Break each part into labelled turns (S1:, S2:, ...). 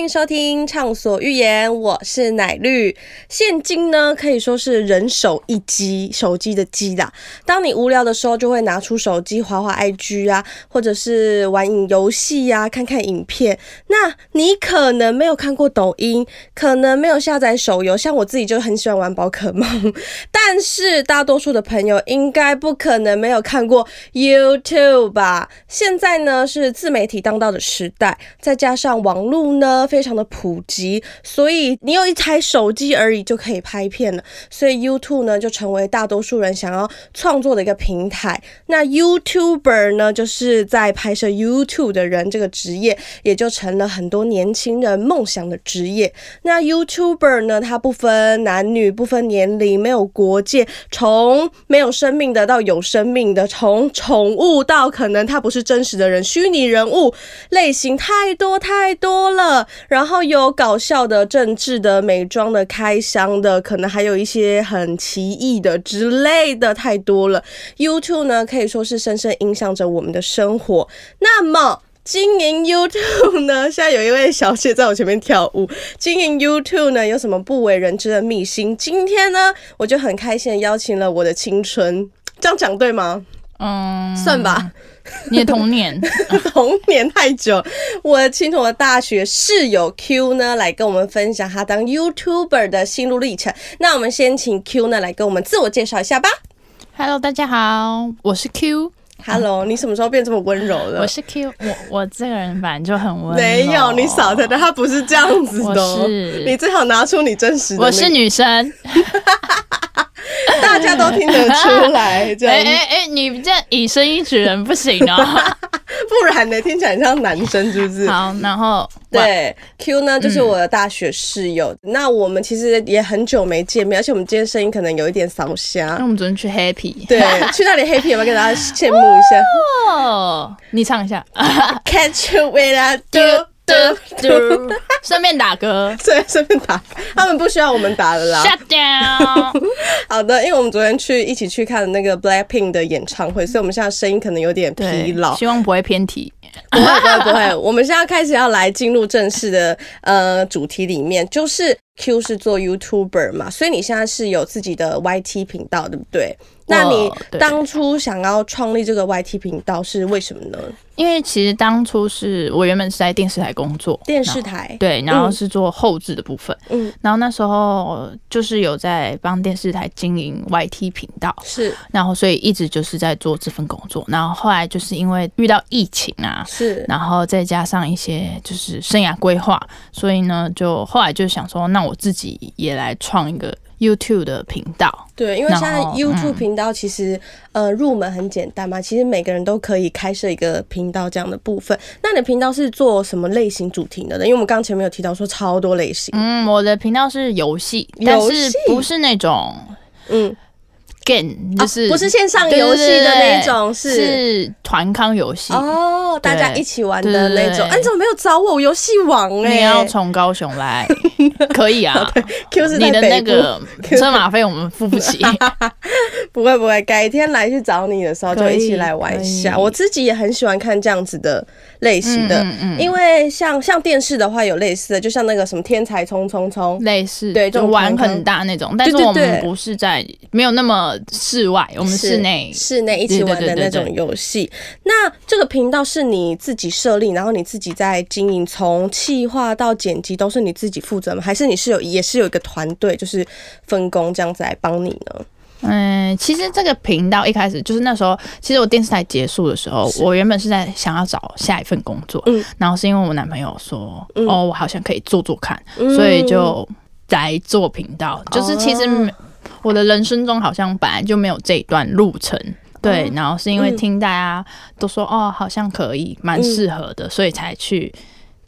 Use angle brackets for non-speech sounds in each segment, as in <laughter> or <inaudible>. S1: 迎收听《畅所欲言》，我是奶绿。现今呢，可以说是人手一机，手机的机啦。当你无聊的时候，就会拿出手机划划 IG 啊，或者是玩影游戏呀，看看影片。那你可能没有看过抖音，可能没有下载手游，像我自己就很喜欢玩宝可梦，但是大多数的朋友应该不可能没有看过 YouTube 吧？现在呢是自媒体当道的时代，再加上网络呢非常的普及，所以你有一台手机而已就可以拍片了。所以 YouTube 呢就成为大多数人想要创作的一个平台。那 YouTuber 呢就是在拍摄 YouTube 的人这个职业，也就成了很多年轻人梦想的职业。那 YouTuber 呢，它不分男女，不分年龄，没有国界，从没有生命的到有生命的，从宠物到可能它不是真实的人，虚拟人物类型太多太多了。然后有搞笑的、政治的、美妆的、开箱的，可能还有一些很奇异的之类的，太多了。YouTube 呢，可以说是深深影响着我们的生活。那么。经营 YouTube 呢， <laughs> 现在有一位小姐在我前面跳舞。经营 YouTube 呢，有什么不为人知的秘辛？今天呢，我就很开心的邀请了我的青春，这样讲对吗？
S2: 嗯，
S1: 算吧，
S2: 你的童年
S1: <laughs> 童年太久。我的青铜的大学室友 Q 呢，来跟我们分享他当 YouTuber 的心路历程。那我们先请 Q 呢来跟我们自我介绍一下吧。
S2: ，Hello，大家好，我是 Q，
S1: Hello，你什么时候变这么温柔
S2: 我
S1: 了？
S2: 是 Q，我我这个人本来就很温柔，
S1: 没有，你少在那，他不是这样子的哦。
S2: 我是
S1: 你最好拿出你真实的、那
S2: 我
S1: 个
S2: 是女生，
S1: 大家都听得出来，这
S2: <laughs> 哎
S1: 样，
S2: 哎哎，你这样以身一取人不行
S1: <laughs>
S2: 哦。
S1: 不然呢，听起来很像男生，是不是？
S2: 好，然后哇嗯
S1: 对，Q 呢就是我的大学室友，那我们其实也很久没见面，而且我们今天声音可能有一点扫瞎
S2: 那。我们昨天去 Happy， <laughs>
S1: 对，去那里 happy 有没有跟大家羡慕一
S2: 嗯
S1: 下
S2: 哦，你唱一下，
S1: ？Catch you w i t a
S2: 嘟
S1: do
S2: 嘟嘟， <laughs> 顺便打歌
S1: 对，随便打，他们不需要我们打了啦。
S2: ，Shut down，
S1: 好的，因为我们昨天去一起去看了那个 Blackpink 的演唱会，所以我们现在声音可能有点 <laughs> 疲
S2: 对
S1: 劳，。
S2: 希望不会偏题。
S1: 不会不会不会，我们现在开始要来进入正式的呃主题里面，就是 Q 是做 YouTuber 嘛，所以你现在是有自己的 YT 频道，对不对？那你
S2: 对
S1: 当初想要创立这个 YT 频道是为什么呢？
S2: 因为其实当初是我原本是在电视台工作，
S1: 电视台，
S2: 对，然后是做后置的部分，
S1: 嗯，
S2: 然后那时候就是有在帮电视台经营 YT 频道，
S1: 是
S2: 然后所以一直就是在做这份工作，然后后来就是因为遇到疫情啊。
S1: 是，
S2: 然后再加上一些就是生涯规划，所以呢，就后来就想说，那我自己也来创一个 YouTube 的频道。
S1: 对，因为现在
S2: 然后
S1: YouTube
S2: 嗯
S1: 频道其实、呃入门很简单嘛，其实每个人都可以开设一个频道这样的部分。那你的频道是做什么类型主题的呢？因为我们刚前面有提到说超多类型，
S2: 嗯，我的频道是游戏，但
S1: 游
S2: 是
S1: 戏
S2: 不是那种
S1: 嗯，
S2: game，
S1: 啊
S2: 就是、
S1: 不是线上游戏的那种，
S2: 对对
S1: 是
S2: 对是团康游戏。
S1: 哦，大家
S2: 对
S1: 一起玩的那
S2: 对
S1: 种。
S2: 对
S1: 哎，你怎么没有找我？我游戏王
S2: 你
S1: 哎
S2: 要从高雄来，
S1: <laughs>
S2: 可以啊。
S1: ，Q 是
S2: 你
S1: 在
S2: 的
S1: 北
S2: 那
S1: 部，
S2: 个车马费我们付
S1: <laughs>
S2: 不起。
S1: 不会不会，改天来去找你的时候就
S2: 可以
S1: 一起来玩一下。
S2: 可以
S1: 我自己也很喜欢看这样子的类型的，
S2: 嗯嗯嗯
S1: 因为像像电视的话有类似的，就像那个什么《天才冲冲冲》。
S2: 类似
S1: 对这
S2: 就
S1: 种
S2: 玩
S1: 团康
S2: 很大那种，但是
S1: 对对
S2: 我
S1: 对
S2: 们不是在没有那么室外，我们
S1: 是
S2: 室内
S1: 室内一起
S2: 对对
S1: 玩的
S2: 对对
S1: 那种
S2: 对
S1: 游戏。那这个频道是你自己设立，然后你自己在经营，从企划到剪辑都是你自己负责吗？还是你是有也是有一个团队，就是分工这样子来帮你呢？
S2: 嗯，其实这个频道一开始就是那时候，其实我电视台结束的时候，我原本是在想要找下一份工作，
S1: 嗯
S2: 然后是因为我男朋友说，
S1: 嗯
S2: 哦，我好像可以做做看，所以就来做频道。就是其实
S1: 哦
S2: 我的人生中好像本来就没有这一段路程。对，然后是因为
S1: 嗯
S2: 听大家都说、哦，好像可以，蛮适合的，所以才去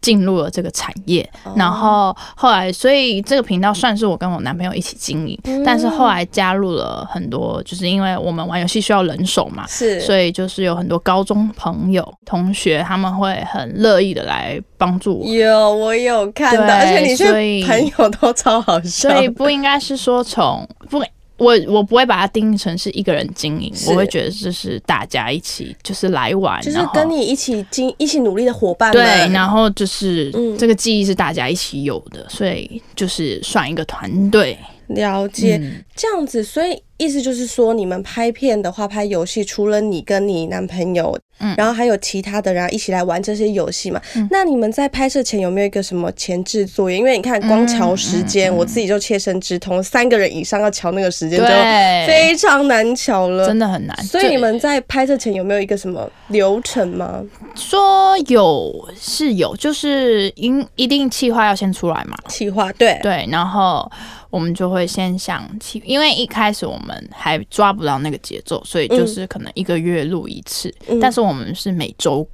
S2: 进入了这个产业。
S1: 嗯哦
S2: 然后后来，所以这个频道算是我跟我男朋友一起经营，
S1: 嗯
S2: 但是后来加入了很多，就是因为我们玩游戏需要人手嘛，
S1: 嗯是，
S2: 啊所以就是有很多高中朋友、同学，他们会很乐意的来帮助我。
S1: 有我有看到，
S2: 对
S1: 而且你是
S2: 所以
S1: 朋友都超好笑，
S2: 所以不应该是说从不我我不会把它定义成是一个人经营，
S1: 是
S2: 我会觉得就是大家一起就是来玩，
S1: 就是
S2: 然后
S1: 跟你一起经一起努力的伙伴
S2: 对，
S1: 们。
S2: 然后就是、
S1: 嗯
S2: 这个记忆是大家一起有的，所以就是算一个团队。
S1: 了解、
S2: 嗯
S1: 这样子，所以意思就是说，你们拍片的话，拍游戏除了你跟你男朋友，
S2: 嗯
S1: 然后还有其他的人啊一起来玩这些游戏嘛、那你们在拍摄前有没有一个什么前置作业？因为你看光瞧时
S2: 嗯
S1: 间、我自己就切身之痛，三个人以上要瞧那个时间就
S2: 对，
S1: 非常难瞧了
S2: 真。的很难。
S1: 所以
S2: 这
S1: 你们在拍摄前有没有一个什么流程吗？
S2: 说有是有，就是因一定计划要先出来嘛。
S1: 企划对，
S2: 对，然后我们就会先想起，因为一开始我们还抓不到那个节奏，所以就是可能一个月录一次，
S1: 嗯
S2: 但是我们是每周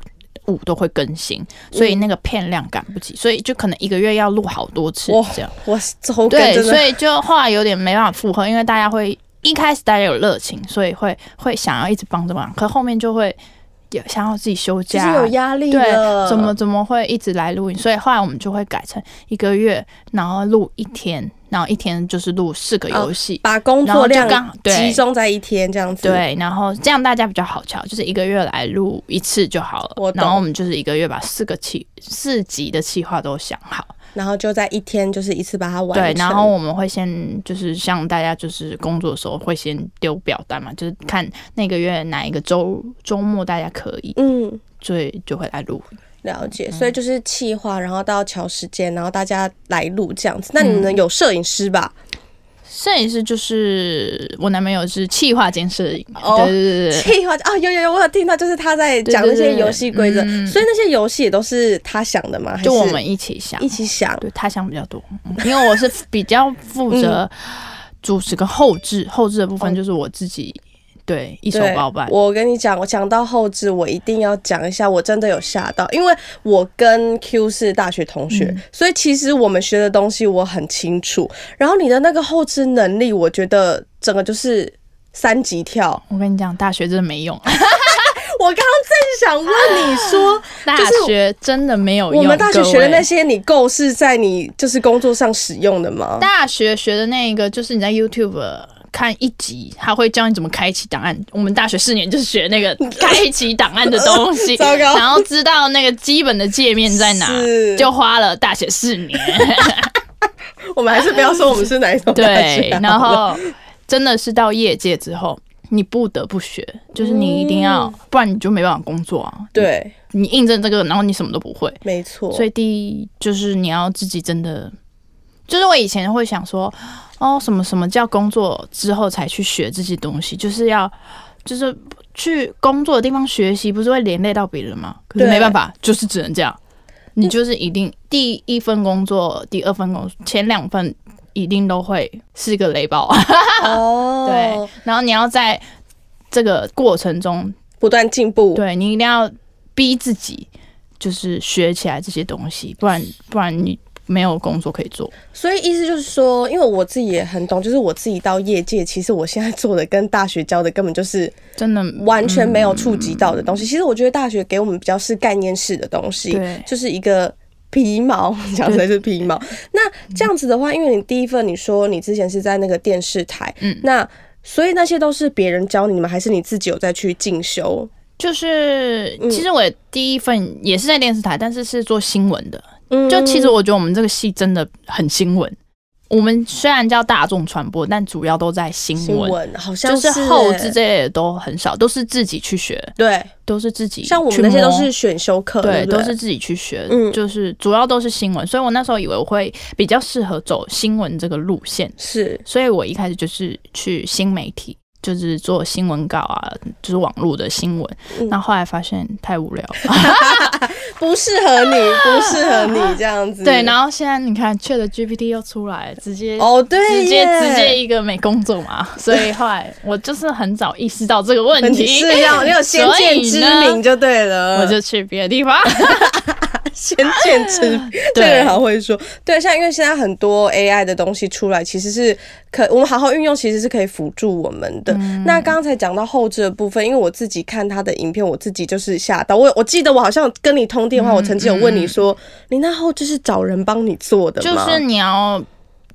S2: 五都会更新，所以
S1: 嗯
S2: 那个片量赶不及，所以就可能一个月要录好多次
S1: 哇
S2: 这样。
S1: 我周更
S2: 对，
S1: 真
S2: 所
S1: 的
S2: 以就后来有点没办法负荷，因为大家会一开始大家有热情，所以会会想要一直帮着忙，可后面就会有想要自己休
S1: 就
S2: 假
S1: 是
S2: 啊，
S1: 有压力了。
S2: 对，怎么怎么会一直来录影？所以后来我们就会改成一个月，然后录一天，然后一天就是录四
S1: 嗯
S2: 个游戏。
S1: 把工作
S2: 然后就刚
S1: 量
S2: 好对
S1: 集中在一天这样子？，
S2: 对，然后这样大家比较好瞧，就是一个月来录一次就好
S1: 我
S2: 了。
S1: 懂
S2: 然后我们就是一个月把四个企四集的企划都想好，
S1: 然后就在一天就是一次把它完
S2: 对
S1: 成。，
S2: 然后我们会先就是像大家就是工作的时候会先丢表单嘛，就是看那个月哪一个周周末大家可以，
S1: 嗯，
S2: 所以就会来录。
S1: 了
S2: 嗯
S1: 解。所以就是企划，然后到调时间，然后大家来录这样子。那你
S2: 嗯
S1: 们有摄影师吧？
S2: 摄影师就是我男朋友是企划兼摄影，
S1: 哦
S2: 对对对对。
S1: 企划啊，有有有，我有听到，就是他在讲那
S2: 对对
S1: 些
S2: 对
S1: 游戏规则，
S2: 嗯
S1: 所以那些游戏也都是他想的 <laughs> 吗？还
S2: 就是我们一起想
S1: 一，起想。
S2: 对他想比较多，嗯因为我是比较负
S1: 嗯
S2: 责主持跟后置，后置的部分就是我自己对一手
S1: 哦对
S2: 包办。
S1: 我跟你讲，我讲到后置，我一定要讲一下，我真的有吓到，因为我跟 Q 是大学同学，
S2: 嗯
S1: 所以其实我们学的东西我很清楚。然后你的那个后置能力，我觉得整个就是三级跳。
S2: 我跟你讲，大学真的
S1: <laughs>
S2: 没用，
S1: 我刚刚正想问你
S2: <laughs>
S1: 说，
S2: 大
S1: 就是
S2: 学真的没有用。
S1: 我们大学
S2: 各位
S1: 学的那些，你够是在你就是工作上使用的吗？
S2: 大学学的那个，就是你在 YouTube 看一集，他会教你怎么开启档案。我们大学四年就是学那个
S1: <laughs>
S2: 开启档案的东西，
S1: 糟糕
S2: 然后知道那个基本的界面在哪
S1: 是，
S2: 就花了大学四年。
S1: 我们还是不要说我们是哪一种大
S2: <laughs> 对
S1: 学 <laughs> 啊好，了
S2: 然后真的是到业界之后，你不得不学，就是你一定
S1: 嗯
S2: 要，不然你就没办法工作啊。
S1: 对，
S2: 你印证这个，然后你什么都不会。
S1: 没错，
S2: 所以第一就是你要自己真的，就是我以前会想说，哦，什么什么叫工作之后才去学这些东西，就是要就是去工作的地方学习，不是会连累到别人吗？可是
S1: 对
S2: 没办法，就是只能这样。你就是一定第一份工作、第二份工作、前两份一定都会是个雷暴，
S1: 哦，
S2: 对，。 <laughs> 然后你要在这个过程中，
S1: 不断进步，
S2: 对你一定要逼自己，就是学起来这些东西，不然不然你没有工作可以做。
S1: 所以意思就是说，因为我自己也很懂，就是我自己到业界，其实我现在做的跟大学教的根本就是
S2: 真的，嗯
S1: 完全没有触及到的东西。其实我觉得大学给我们比较是概念式的东西
S2: 对，
S1: 就是一个皮毛， <laughs> 讲的是皮毛。那这样子的话，因为你第一份你说你之前是在那个电视台，
S2: 嗯
S1: 那所以那些都是别人教你们，还是你自己有再去进修？
S2: 就是
S1: 嗯
S2: 其实我第一份也是在电视台，但是是做新闻的。
S1: 嗯
S2: 就其实我觉得我们这个戏真的很新闻。我们虽然叫大众传播，但主要都在新
S1: 新
S2: 闻，
S1: 闻好像
S2: 就是是后置这类的都很少，都是自己去学，
S1: 对，
S2: 都是自己
S1: 像我们
S2: 去
S1: 那些都
S2: 摸
S1: 是选修课，
S2: 对，
S1: 不对
S2: 都是自己去学，
S1: 嗯
S2: 就是主要都是新闻，所以我那时候以为我会比较适合走新闻这个路线，
S1: 是
S2: 所以我一开始就是去新媒体，就是做新闻稿啊，就是网络的新闻。
S1: 嗯
S2: 那、后来发现太无聊
S1: <laughs>
S2: 了，
S1: 不适合你，不适合
S2: <laughs>
S1: 你这样子。
S2: 对。然后现在你看，Chat GPT 又出来，直接。
S1: 哦，对耶，
S2: 直接直接一个没工作
S1: <laughs>
S2: 嘛，所以后来我就是很早意识到这个问
S1: 你
S2: 题，
S1: 是这样，你有先见之
S2: <laughs>
S1: 明，就对了。
S2: 我就去别的地方。
S1: 先见之
S2: <laughs>
S1: 明，这个人好会说。对，像因为现在很多 AI 的东西出来，其实是可我们好好运用，其实是可以辅助我们的。
S2: 嗯
S1: 那刚才讲到后置的部分，因为我自己看他的影片，我自己就是吓到。我我记得我好像跟你通电话，我曾经有问你说，你那后置是找人帮你做的
S2: 嗯就
S1: 吗？
S2: 是你要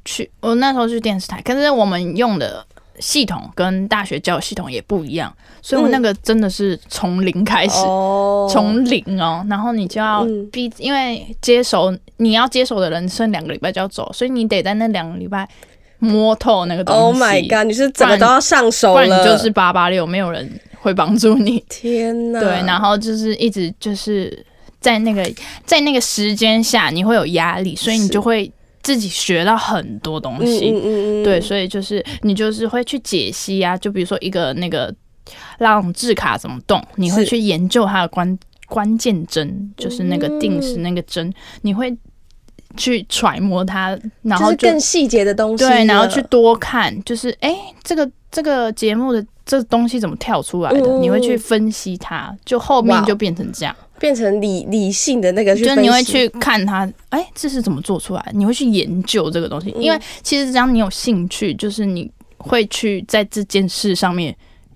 S2: 去，我那时候去电视台，可是我们用的系统跟大学教育系统也不一样，所以我那个真的是从零开始，
S1: 嗯哦，
S2: 从零哦，然后你就要
S1: 嗯
S2: 毕，因为接手你要接手的人剩两个礼拜就要走，所以你得在那两个礼拜摸透那个东西。
S1: Oh my god！你是怎么都要上手
S2: 不然
S1: 了，
S2: 你就是八八六，没有人会帮助你。
S1: 天哪，
S2: 对，然后就是一直就是在那个在那个时间下，你会有压力，所以你
S1: 是
S2: 就会自己学到很多东
S1: 嗯
S2: 西。
S1: 嗯嗯嗯，
S2: 对，所以就是你就是会去解析啊，就比如说一个那个让字卡怎么动，你会
S1: 是
S2: 去研究它的关关键帧，就是那个定时
S1: 嗯
S2: 那个帧，你会去揣摩它，然
S1: 就
S2: 后
S1: 是
S2: 就
S1: 更细节的东西了，
S2: 对，然后去多看，就是哎、诶这个这个节目的这东西怎么跳出来的？
S1: 嗯嗯
S2: 你会去分析它，就后面
S1: 哇
S2: 就变成这样，
S1: 变成理理性的那个去分
S2: 就是
S1: 析，
S2: 你会去看它，哎、这是怎么做出来的？你会去研究这个东西，
S1: 嗯
S2: 因为其实只要你有兴趣，就是你会去在这件事上面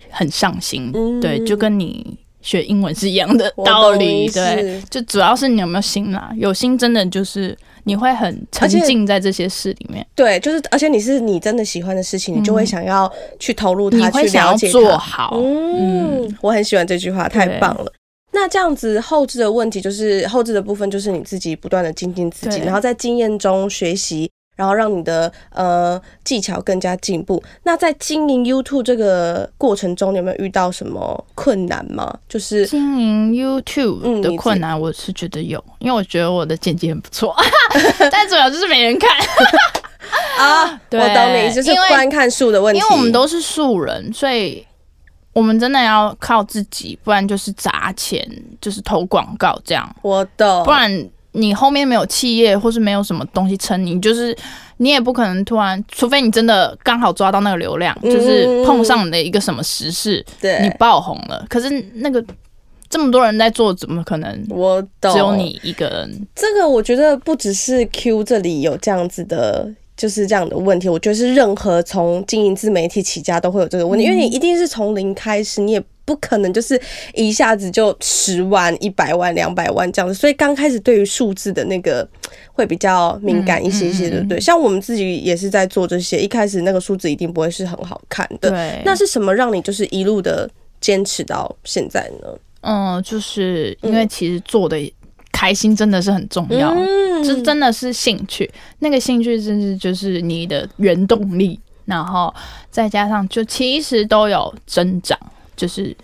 S2: 很上心，
S1: 嗯
S2: 对，就跟你学英文是一样的
S1: 我懂
S2: 道理，
S1: 意思
S2: 对。就主要是你有没有心啦，有心真的就是你会很沉
S1: 而且
S2: 浸在这些事里面，
S1: 对，就是而且你是你真的喜欢的事情，你就会想要去投入
S2: 嗯你
S1: 它，
S2: 会
S1: 去
S2: 想
S1: 了
S2: 要
S1: 解它
S2: 做好，
S1: 嗯，我很喜欢这句话，太
S2: 对
S1: 棒了。那这样子后置的问题就是后置的部分就是你自己不断的精进自己，
S2: 对
S1: 然后在经验中学习，然后让你的呃技巧更加进步。那在经营 YouTube 这个过程中，你有没有遇到什么困难吗？
S2: <laughs>
S1: 就是
S2: 经营 YouTube
S1: 嗯
S2: 的
S1: 你
S2: 困
S1: 自
S2: 难，我是觉得有，因为我觉得我的剪辑很不
S1: <laughs>
S2: 错， <laughs> 但主要就是没人看，
S1: 啊， <laughs> 我
S2: 对
S1: 懂你，就是
S2: 因为
S1: 观看数的问题，
S2: 因为我们都是素人，所以我们真的要靠自己，不然就是砸钱，就是投广告这样，
S1: 我懂，
S2: 不然你后面没有企业或是没有什么东西撑你，就是你也不可能突然，除非你真的刚好抓到那个流量，就是碰上你的一个什么时事，你
S1: 嗯对，
S2: 爆红了，可是那个这么多人在做，怎么可能
S1: 我懂，
S2: 只有你一个人？
S1: 这个我觉得不只是 Q 这里有这样子的，就是这样的问题。我觉得是任何从经营自媒体起家都会有这个
S2: 嗯
S1: 问题，因为你一定是从零开始，你也不可能就是一下子就十万、一百万、两百万这样子。所以刚开始对于数字的那个会比较敏感一些些，
S2: 嗯嗯嗯
S1: 对不对？像我们自己也是在做这些，一开始那个数字一定不会是很好看的。
S2: 对，
S1: 那是什么让你就是一路的坚持到现在呢？
S2: 嗯，就是因为其实做的开心真的是很重要，
S1: 嗯
S2: 这真的是兴趣，那个兴趣真是就是你的原动力，然后再加上就其实都有增长，就是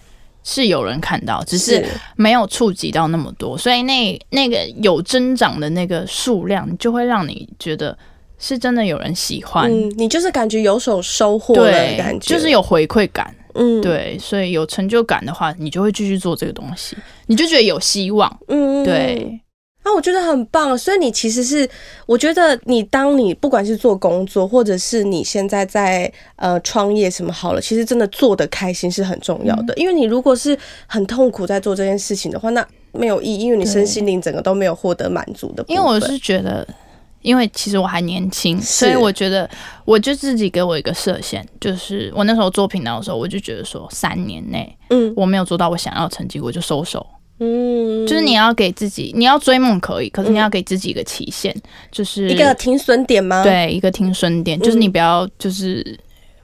S2: 是有人看到，只是没有触及到那么多，所以那那个有增长的那个数量，就会让你觉得是真的有人喜欢。
S1: 嗯，你就是感觉有所收获了的
S2: 对
S1: 感，觉，
S2: 就是有回馈感，
S1: 嗯，
S2: 对，所以有成就感的话，你就会继续做这个东西，你就觉得有希望。
S1: 嗯，
S2: 对，
S1: 啊，我觉得很棒。所以你其实是，我觉得你当你不管是做工作，或者是你现在在呃创业什么好了，其实真的做的开心是很重要
S2: 嗯
S1: 的。因为你如果是很痛苦在做这件事情的话，那没有意义，因为你身心灵整个都没有获得满足的部分。
S2: 因为我是觉得，因为其实我还年轻，所以
S1: 是
S2: 我觉得我就自己给我一个设限，就是我那时候做频道的时候，我就觉得说三年内
S1: 嗯
S2: 我没有做到我想要的成绩，我就收手。
S1: 嗯，
S2: 就是你要给自己，你要追梦可以，可是你要给自己一个期限，就是
S1: 一个停损点吗？，
S2: 对一个停损点，就是你
S1: 嗯
S2: 不要就是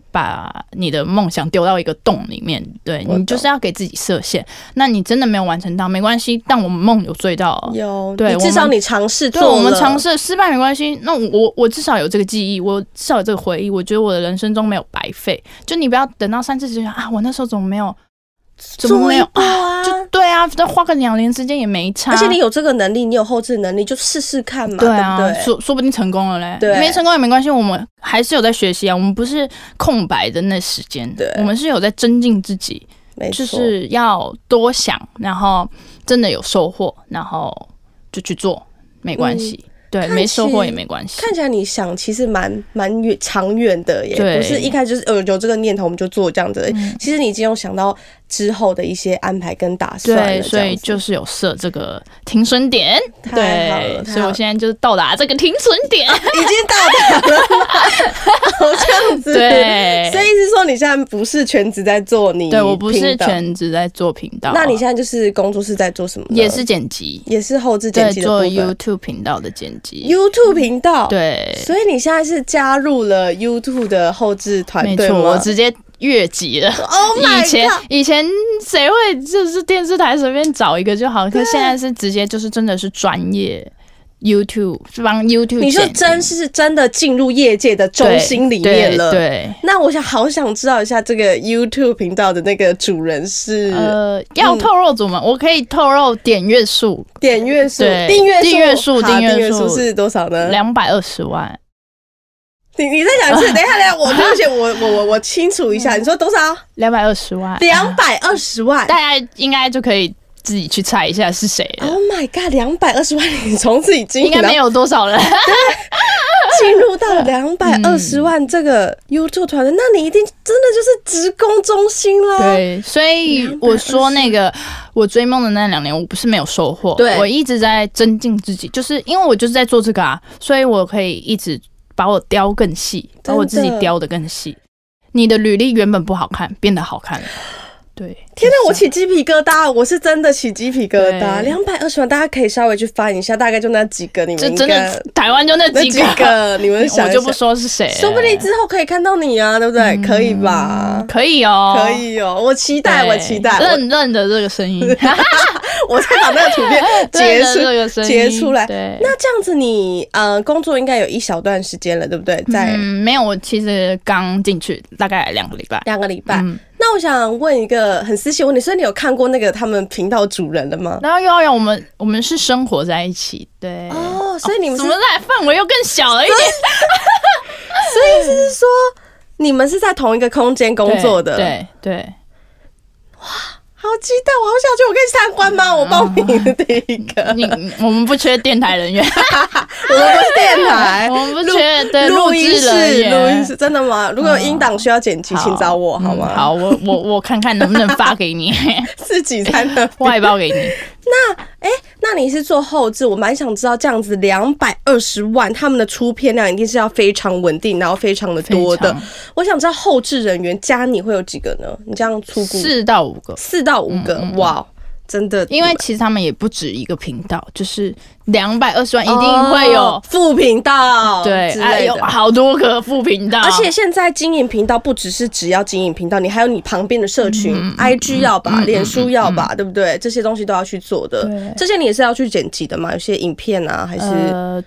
S2: 把你的梦想丢到一个洞里面，对
S1: 我
S2: 你就
S1: 懂
S2: 是要给自己设限。那你真的没有完成到没关系，但我们梦有追到哦，
S1: 有，
S2: 对
S1: 你
S2: 我
S1: 至少
S2: 们
S1: 你尝试做
S2: 对，
S1: 了，
S2: 我们尝试失败没关系。那我我至少有这个记忆，我至少有这个回忆。我觉得我的人生中没有白费。就你不要等到三四十岁啊，我那时候怎么没有？怎么
S1: 做
S2: 没
S1: 一
S2: 有？
S1: 波啊。
S2: <laughs> 就对啊，再花个两年时间也没差。
S1: 而且你有这个能力，你有后置能力，就试试看嘛，
S2: 对啊，
S1: 不对？
S2: 说说不定成功了嘞。
S1: 对
S2: 没成功也没关系，我们还是有在学习啊。我们不是空白的那时间，
S1: 对
S2: 我们是有在增进自己，
S1: 没
S2: 就
S1: 错，
S2: 是要多想，然后真的有收获，然后就去做，没关系。对，
S1: 嗯看
S2: 没收获
S1: 起
S2: 也没关系。
S1: 看起来你想其实蛮蛮远长远的耶，
S2: 对嗯
S1: 不是一开始就是呃有这个念头我们就做这样子的。其实你已经有想到之后的一些安排跟打算了，
S2: 对，所以
S1: 这样
S2: 就
S1: 子
S2: 是有设这个停损点，
S1: 太好
S2: 对
S1: 了，，太
S2: 所以
S1: 好
S2: 我
S1: 了
S2: 现在就是到达这个停损点，
S1: 已经到达了，好这样子，
S2: <laughs> 对
S1: 所以思说你现在不是全职在做你
S2: 对我不是
S1: 频道
S2: 全职在做频道啊，
S1: 嗯那你现在就是工作室在做什么呢？
S2: 也是剪辑，
S1: 也是后置剪
S2: 对，
S1: 辑的
S2: 做
S1: 部分
S2: YouTube 频道的剪辑，
S1: ，YouTube 频道。，
S2: 对，
S1: 所以你现在是加入了 YouTube 的后置团
S2: 没
S1: 队
S2: 错，我
S1: 吗
S2: 直接越级了。
S1: 啊？Oh my
S2: 以
S1: god！
S2: 前以前谁会就是电视台随便找一个就好，可现在是直接就是真的是专业 YouTube 是帮 YouTube
S1: 你说
S2: 剪辑
S1: 真是真的进入业界的中
S2: 对
S1: 心里面了。
S2: 对。对
S1: 那我想好想知道一下这个 YouTube 频道的那个主人是嗯
S2: 呃，要透露怎么？我可以透露点阅数
S1: 点阅数、
S2: 对
S1: 订阅数、
S2: 订阅数
S1: 好订
S2: 订阅
S1: 数
S2: 数
S1: 是多少呢？
S2: 两百二十万，
S1: 你你再讲一次，等一下，等一下，
S2: <laughs>
S1: 我对不起，我我我我清楚一下，你说多少？
S2: 嗯两百二十万，呃
S1: 两百二十万。
S2: 大家应该就可以自己去猜一下是谁了。
S1: Oh my god，两百二十万，你从自己经
S2: 应
S1: 营
S2: 该没有多少人，
S1: 进入到两百
S2: 嗯
S1: 二十万这个 YouTube 团队，那你一定真的就是职工中心 <laughs> 啦。，
S2: 对，所以我说那个我追梦的那两年，我不是没有收获，
S1: 对
S2: 我一直在增进自己，就是因为我就是在做这个啊，所以我可以一直把我雕更细，把我自己
S1: 真的
S2: 雕的更细。你的履历原本不好看，变得好看了。对，
S1: 天哪，我起鸡皮疙瘩，我是真的起鸡皮疙瘩。
S2: 对
S1: 两百二十万，大家可以稍微去翻一下，大概就那几个，你们
S2: 这
S1: 应
S2: 真
S1: 该
S2: 的台湾就那
S1: 那
S2: 几
S1: 几个，你们想
S2: <laughs> 我
S1: 一
S2: 就不
S1: 想，
S2: 说是谁了，
S1: 说不定之后可以看到你啊，对不对？可以吧？
S2: 可以哦，
S1: 可。以哦，我期待，我期待，我
S2: 认认得这个声音，
S1: <laughs> 我才把那个
S2: <laughs>
S1: 图片截
S2: 认得这个
S1: 出
S2: 声音
S1: 截出来。
S2: 对，
S1: 那这样子你，呃工作应该有一小段时间了，对不对？在
S2: 嗯，没有，我其实刚进去大概两个礼拜，
S1: 两个礼拜。
S2: 嗯
S1: 那我想问一个很私心的问题，所以你有看过那个他们频道主人了吗？
S2: 然后又要让我们我们是生活在一起，对。
S1: 哦，所以你们
S2: 怎
S1: 是，
S2: 么在范围又更小了一点？
S1: 所以意思是说，你们是在同一个空间工作的，，
S2: 对对，
S1: 好期待，我好想去，我可以参观吗？我报名的第一个，
S2: 对你你我们不缺电
S1: <laughs>
S2: 台人员，哎
S1: 我们不是电台
S2: 我，们不缺 <laughs> 对
S1: 录音
S2: 制人
S1: 室，
S2: 员，
S1: 录音室，真的吗？如果有音档需要剪辑，
S2: 好
S1: 请找我好
S2: 嗯
S1: 吗？，
S2: 好，我我我看看能不能发
S1: <laughs>
S2: 给你，
S1: 自己才
S2: <laughs>
S1: 能
S2: 外包给你。
S1: 那你是做后置，我蛮想知道这样子两百二十万，他们的出片量一定是要非常稳定，然后非常的多的
S2: 非常。
S1: 我想知道后置人员加你会有几个呢？你这样出估
S2: 四到五个，
S1: 四到五个，哇，真的，
S2: 因为其实他们也不止一个频道，就是两百二十万一
S1: 哦
S2: 定会有，
S1: 副频道
S2: 对，
S1: 之
S2: 啊
S1: 类
S2: 有
S1: 的。
S2: 好多个副频道，
S1: 而且现在经营频道不只是只要经营频道，你还有你旁边的社群、i
S2: 嗯
S1: g 要吧，脸、书要吧，对不对？这些东西都要去做的
S2: 对。
S1: 这些你也是要去剪辑的嘛？有些影片啊，还是、
S2: 呃，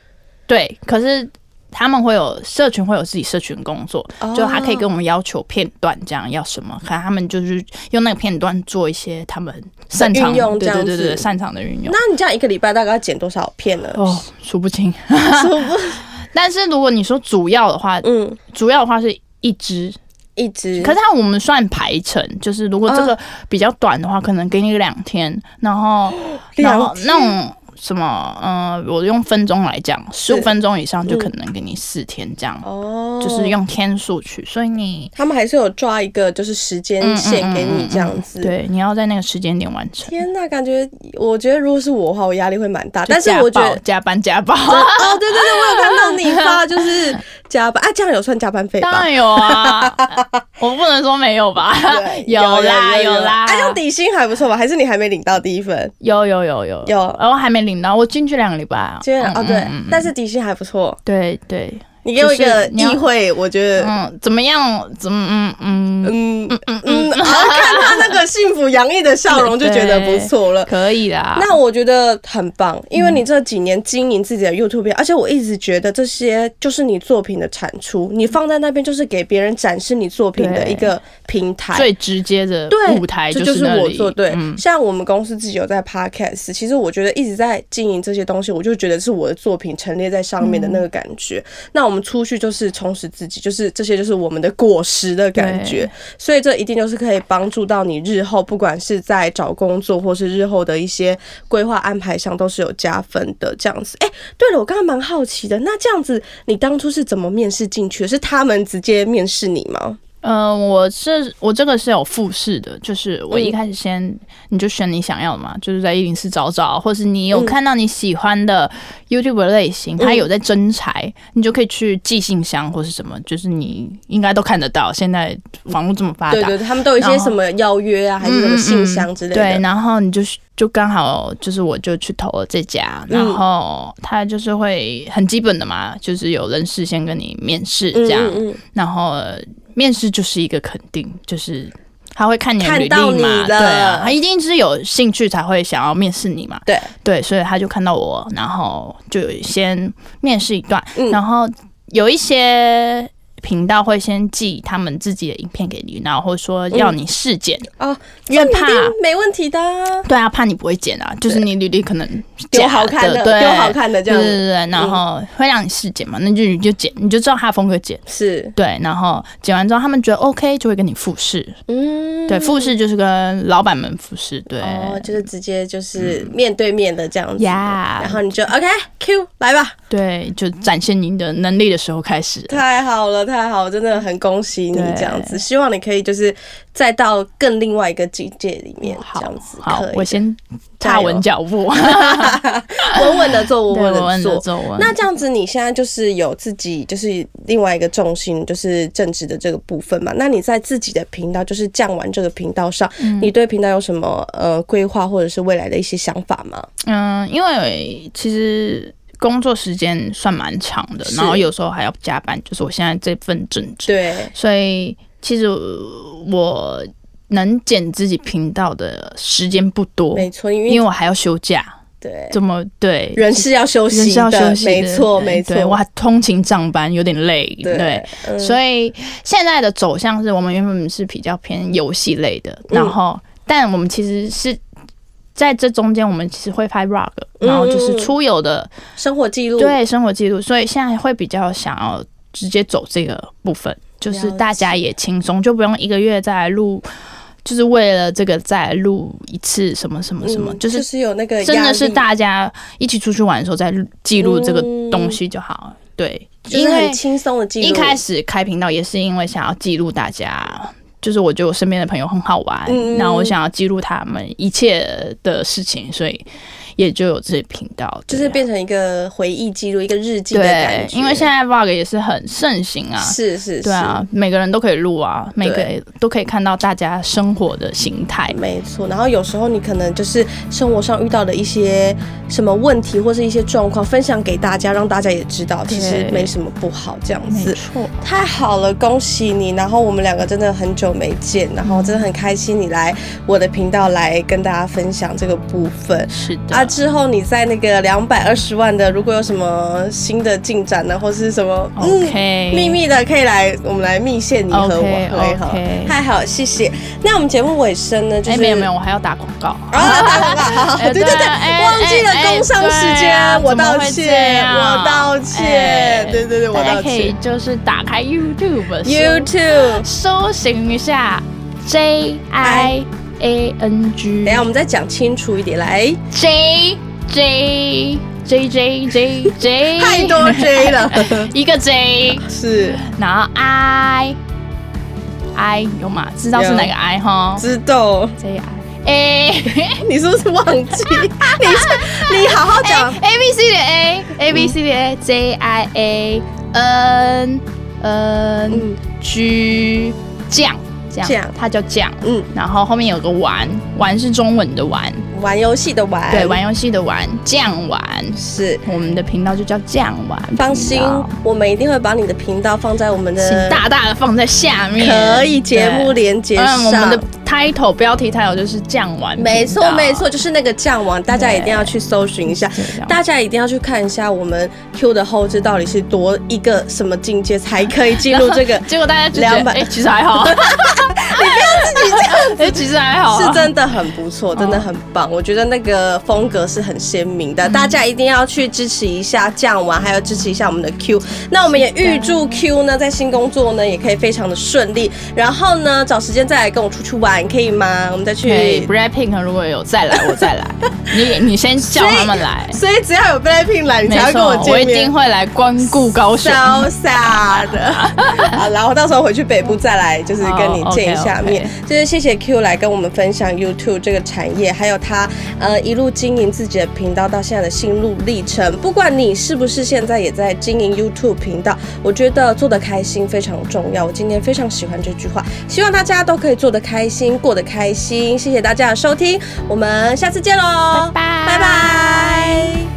S2: 对，可是他们会有社群，会有自己社群工作，呃
S1: 哦
S2: 就他可以跟我们要求片段这样要什么，可能他们就是用那个片段做一些他们擅长
S1: 运用这
S2: 对
S1: 样
S2: 对对
S1: 子
S2: 对擅长的运用
S1: 那。你这样一个礼拜大概要剪多少片呢？
S2: 哦，数
S1: <laughs>
S2: 不清。
S1: 说不
S2: <laughs> 但是如果你说主要的话，
S1: 嗯，
S2: 主要的话是一支，
S1: 一直。
S2: 可是它我们算排程，就是如果这个比较短的话，可能给你两天，然后然后那种什么，嗯、我用分钟来讲，十五分钟以上就可能给你四天这样，
S1: 哦，
S2: 就是用天数去，所以你
S1: 他们还是有抓一个就是时间线给你这样子。
S2: 对你要在那个时间点完成。
S1: 天呐，感觉我觉得如果是我的话，我压力会蛮大。
S2: 就
S1: 但是
S2: 家
S1: 我觉
S2: 暴
S1: 得，
S2: 加班加暴，
S1: 哦，对对对，我有看到你发就是加班啊，这样有算加班费
S2: 当
S1: 吧？
S2: 然有啊， <laughs> 我不能说没有吧
S1: 对，
S2: 啦有啦，
S1: 啊，这样底薪还不错吧？还是你还没领到第一份？
S2: 有有有有
S1: 有
S2: 然后还没领到，我进去两个礼拜啊，
S1: 居然
S2: 嗯
S1: 哦，对
S2: 嗯嗯，
S1: 但是底薪还不错。
S2: 对对，
S1: 你给我一个
S2: 就是你
S1: 机
S2: 要
S1: 会，我觉得，
S2: 嗯，怎么样？怎么嗯嗯，
S1: 嗯嗯嗯，然后看他那个幸福洋溢的笑容，就觉得不错了。
S2: 可以啦。
S1: 那我觉得很棒，因为你这几年经营自己的 YouTube，、而且我一直觉得这些就是你作品的产出，你放在那边就是给别人展示你作品的一个平台。
S2: 最直接的
S1: 对，
S2: 舞台
S1: 这
S2: 就
S1: 就是
S2: 那
S1: 我
S2: 里
S1: 做对。
S2: 嗯，
S1: 像我们公司自己有在 Podcast，其实我觉得一直在经营这些东西，我就觉得是我的作品陈列在上面的那个感觉。那我们出去就是充实自己，就是这些就是我们的果实的感觉。所以这一定就是可以帮助到你日后，不管是在找工作或是日后的一些规划安排上，都是有加分的。这样子，哎、对了，我刚刚蛮好奇的，那这样子你当初是怎么面试进去的？是他们直接面试你吗？
S2: 呃，我是我这个是有复试的，就是我一
S1: 嗯
S2: 开始先、你就选你想要的嘛，就是在一零四找找，或是你有
S1: 嗯
S2: 看到你喜欢的 YouTube 类型，它
S1: 嗯
S2: 有在征才，你就可以去寄信箱或是什么，就是你应该都看得到。现在网络这么发达，
S1: 对对，对他们都有一些
S2: 然后
S1: 什么邀约啊，还是什么信箱之类的。
S2: 嗯对，然后你就就刚好就是我就去投了这家，
S1: 嗯
S2: 然后他就是会很基本的嘛，就是有人事先跟你面试这样，
S1: 嗯嗯
S2: 然后呃面试就是一个肯定，就是他会看你的
S1: 看
S2: 履历
S1: 到你
S2: 嘛，
S1: 了
S2: 对啊，他一定是有兴趣才会想要面试你嘛，
S1: 对
S2: 对，所以他就看到我，然后就先面试一段，
S1: 嗯
S2: 然后有一些。频道会先寄他们自己的影片给你，然后或者说要你试剪，
S1: 嗯，哦，
S2: 因为
S1: 这
S2: 怕
S1: 一定没问题的啊，
S2: 对啊，怕你不会剪啊，就是你履历可能
S1: 有
S2: 假
S1: 好看的，
S2: 对，
S1: 有好看的这
S2: 对
S1: 样
S2: 对对对，然后会让你试剪嘛，那就你就剪，你就知道他的风格剪，
S1: 是，
S2: 对，然后剪完之后他们觉得 OK 就会跟你复试，
S1: 嗯，
S2: 对，复试就是嗯跟老板们复试，对，
S1: 哦，就是直接就是
S2: 嗯
S1: 面对面的这样子，
S2: 呀
S1: 然后你就 OK Q 来吧，
S2: 对，就展现你的能力的时候开始，
S1: 太好了，太好了，真的很恭喜你
S2: 对
S1: 这样子，希望你可以就是再到更另外一个境界里面这
S2: 好
S1: 样子，
S2: 好
S1: 可，以
S2: 我先
S1: 加
S2: 踏
S1: 油
S2: 稳脚步，
S1: <laughs> 稳稳的做，
S2: 对
S1: 稳
S2: 我
S1: 稳
S2: 问
S1: 的
S2: 的
S1: 做。
S2: 作文，
S1: 那这样子，你现在就是有自己就是另外一个重心，就是正职的这个部分嘛？那你在自己的频道，就是降完这个频道上，
S2: 嗯
S1: 你对频道有什么呃规划，或者是未来的一些想法吗？
S2: 嗯，因为其实工作时间算蛮长的，
S1: 是
S2: 然后有时候还要加班，就是我现在这份正职，
S1: 对，
S2: 所以其实呃我能剪自己频道的时间不多，
S1: 没错，因为
S2: 因为我还要休假，
S1: 对
S2: 这么对
S1: 人是要休息的，
S2: 人是要休息的，
S1: 没错
S2: 对
S1: 没
S2: 对
S1: 错，
S2: 我还通勤上班有点累，对。
S1: 对，嗯
S2: 所以现在的走向是我们原本是比较偏游戏类的，
S1: 嗯
S2: 然后但我们其实是在这中间，我们其实会拍 vlog，
S1: 嗯
S2: 然后就是出游的
S1: 生活记录
S2: 对生活记录，所以现在会比较想要直接走这个部分，就是大家也轻松，就不用一个月再来录，就是为了这个再来录一次什么什么什么，
S1: 嗯
S2: 就
S1: 就是是有那个
S2: 真
S1: 压
S2: 的是
S1: 力
S2: 大家一起出去玩的时候再录记录这个东西就好。对，
S1: 就是
S2: 因为
S1: 很轻松的记录，
S2: 一开始开频道也是因为想要记录大家，就是我觉得我身边的朋友很好玩，
S1: 嗯
S2: 然后我想要记录他们一切的事情，所以也就有这些频道，
S1: 就
S2: 对啊
S1: 是变成一个回忆记录，一个日记的感
S2: 对，
S1: 觉。
S2: 因为现在 vlog 也是很盛行啊。
S1: 是是是，
S2: 对啊，每个人都可以录啊，每个都可以看到大家生活的形态。
S1: 没错，然后有时候你可能就是生活上遇到的一些什么问题或是一些状况，分享给大家，让大家也知道，其实
S2: 对
S1: 没什么不好这样
S2: 没
S1: 子。
S2: 错，
S1: 太好了，恭喜你！然后我们两个真的很久没见，然后真的很开心你来我的频道来跟大家分享这个部分。
S2: 是的。
S1: 啊，之后你在那个两百二十万的，如果有什么新的进展呢，或是什么嗯
S2: OK，
S1: 秘密的可以来，我们来密线你和我
S2: OK，
S1: 喝一喝
S2: OK。
S1: 太好，谢谢。那我们节目尾声呢，就
S2: 哎，
S1: 是
S2: 没有没有，我还要打广告。
S1: 啊， <laughs> 打广告，好 <laughs>
S2: 哎
S1: 对哎对对，
S2: 哎
S1: 忘记了
S2: 哎
S1: 工商时
S2: 对啊
S1: 间，我
S2: 怎么
S1: 道
S2: 会这
S1: 歉，
S2: 样
S1: 我道歉
S2: 哎，
S1: 对对对，我
S2: 大
S1: 道
S2: 家可以
S1: 歉。
S2: 就是打开 YouTube 搜
S1: YouTube，
S2: 搜寻一下 J I A N G，
S1: 等一下我们再讲清楚一点，来，
S2: J J J J J J，
S1: <laughs> 太多 J <laughs> 了，
S2: 一个 J，
S1: 是
S2: 然后 I I 有吗？知道是哪个 I 哈
S1: 知道，
S2: ？J I A <laughs>
S1: 你是不是忘 <laughs> 记？你是你好好讲
S2: A B C 的 A A B C 的 A J I A N N
S1: 嗯
S2: G 酱
S1: 酱
S2: 酱，它叫酱，
S1: 嗯，
S2: 然后后面有个玩，玩是中文的玩，
S1: 玩游戏的玩，
S2: 对，玩游戏的玩，酱玩。
S1: 是。
S2: 我们的频道就叫酱玩，
S1: 放心
S2: 频道，
S1: 我们一定会把你的频道放在我们的
S2: 请大大的放在下面，
S1: 可以节目
S2: 对。
S1: 连接
S2: 嗯，我们
S1: 上
S2: 的。title 标题 title 就是酱玩频道，嗯
S1: 没错，没错，就是那个酱王，大家一定要去搜寻一下
S2: 对酱，王。
S1: 大家一定要去看一下我们 Q 的后置到底是多一个什么境界才可以进入这个
S2: 结果大家就觉
S1: 200
S2: 得，哎，其实还好，
S1: <laughs> 你
S2: <laughs> 哎、其实还 <laughs> 好、啊，哦
S1: 是真的很不错，真的很棒。我觉得那个风格是很鲜明
S2: 嗯
S1: 的，大家一定要去支持一下酱丸，还有支持一下我们的 Q。那我们也预祝 Q 呢，在新工作呢也可以非常的顺利。然后呢，找时间再来跟我出去玩，可以吗？我们再
S2: 对
S1: 去。
S2: Blackpink 如果有再来，我再来。 <laughs> 你你先叫他们来，
S1: 所以只要有 Blackpink 来，你
S2: 没
S1: 才会跟
S2: 错，
S1: 我
S2: 我一
S1: 见
S2: 定
S1: 面。
S2: 会来光顾高雄。
S1: 潇洒的，好，然后到时候回去北部再来，就是跟你见一下面。
S2: 哦
S1: 就是谢谢 Q 来跟我们分享 YouTube 这个产业，还有他呃一路经营自己的频道到现在的心路历程。不管你是不是现在也在经营 YouTube 频道，我觉得做得开心非常重要。我今天非常喜欢这句话，希望大家都可以做得开心，过得开心。谢谢大家的收听，我们下次见喽，
S2: 拜
S1: 拜
S2: 拜
S1: 拜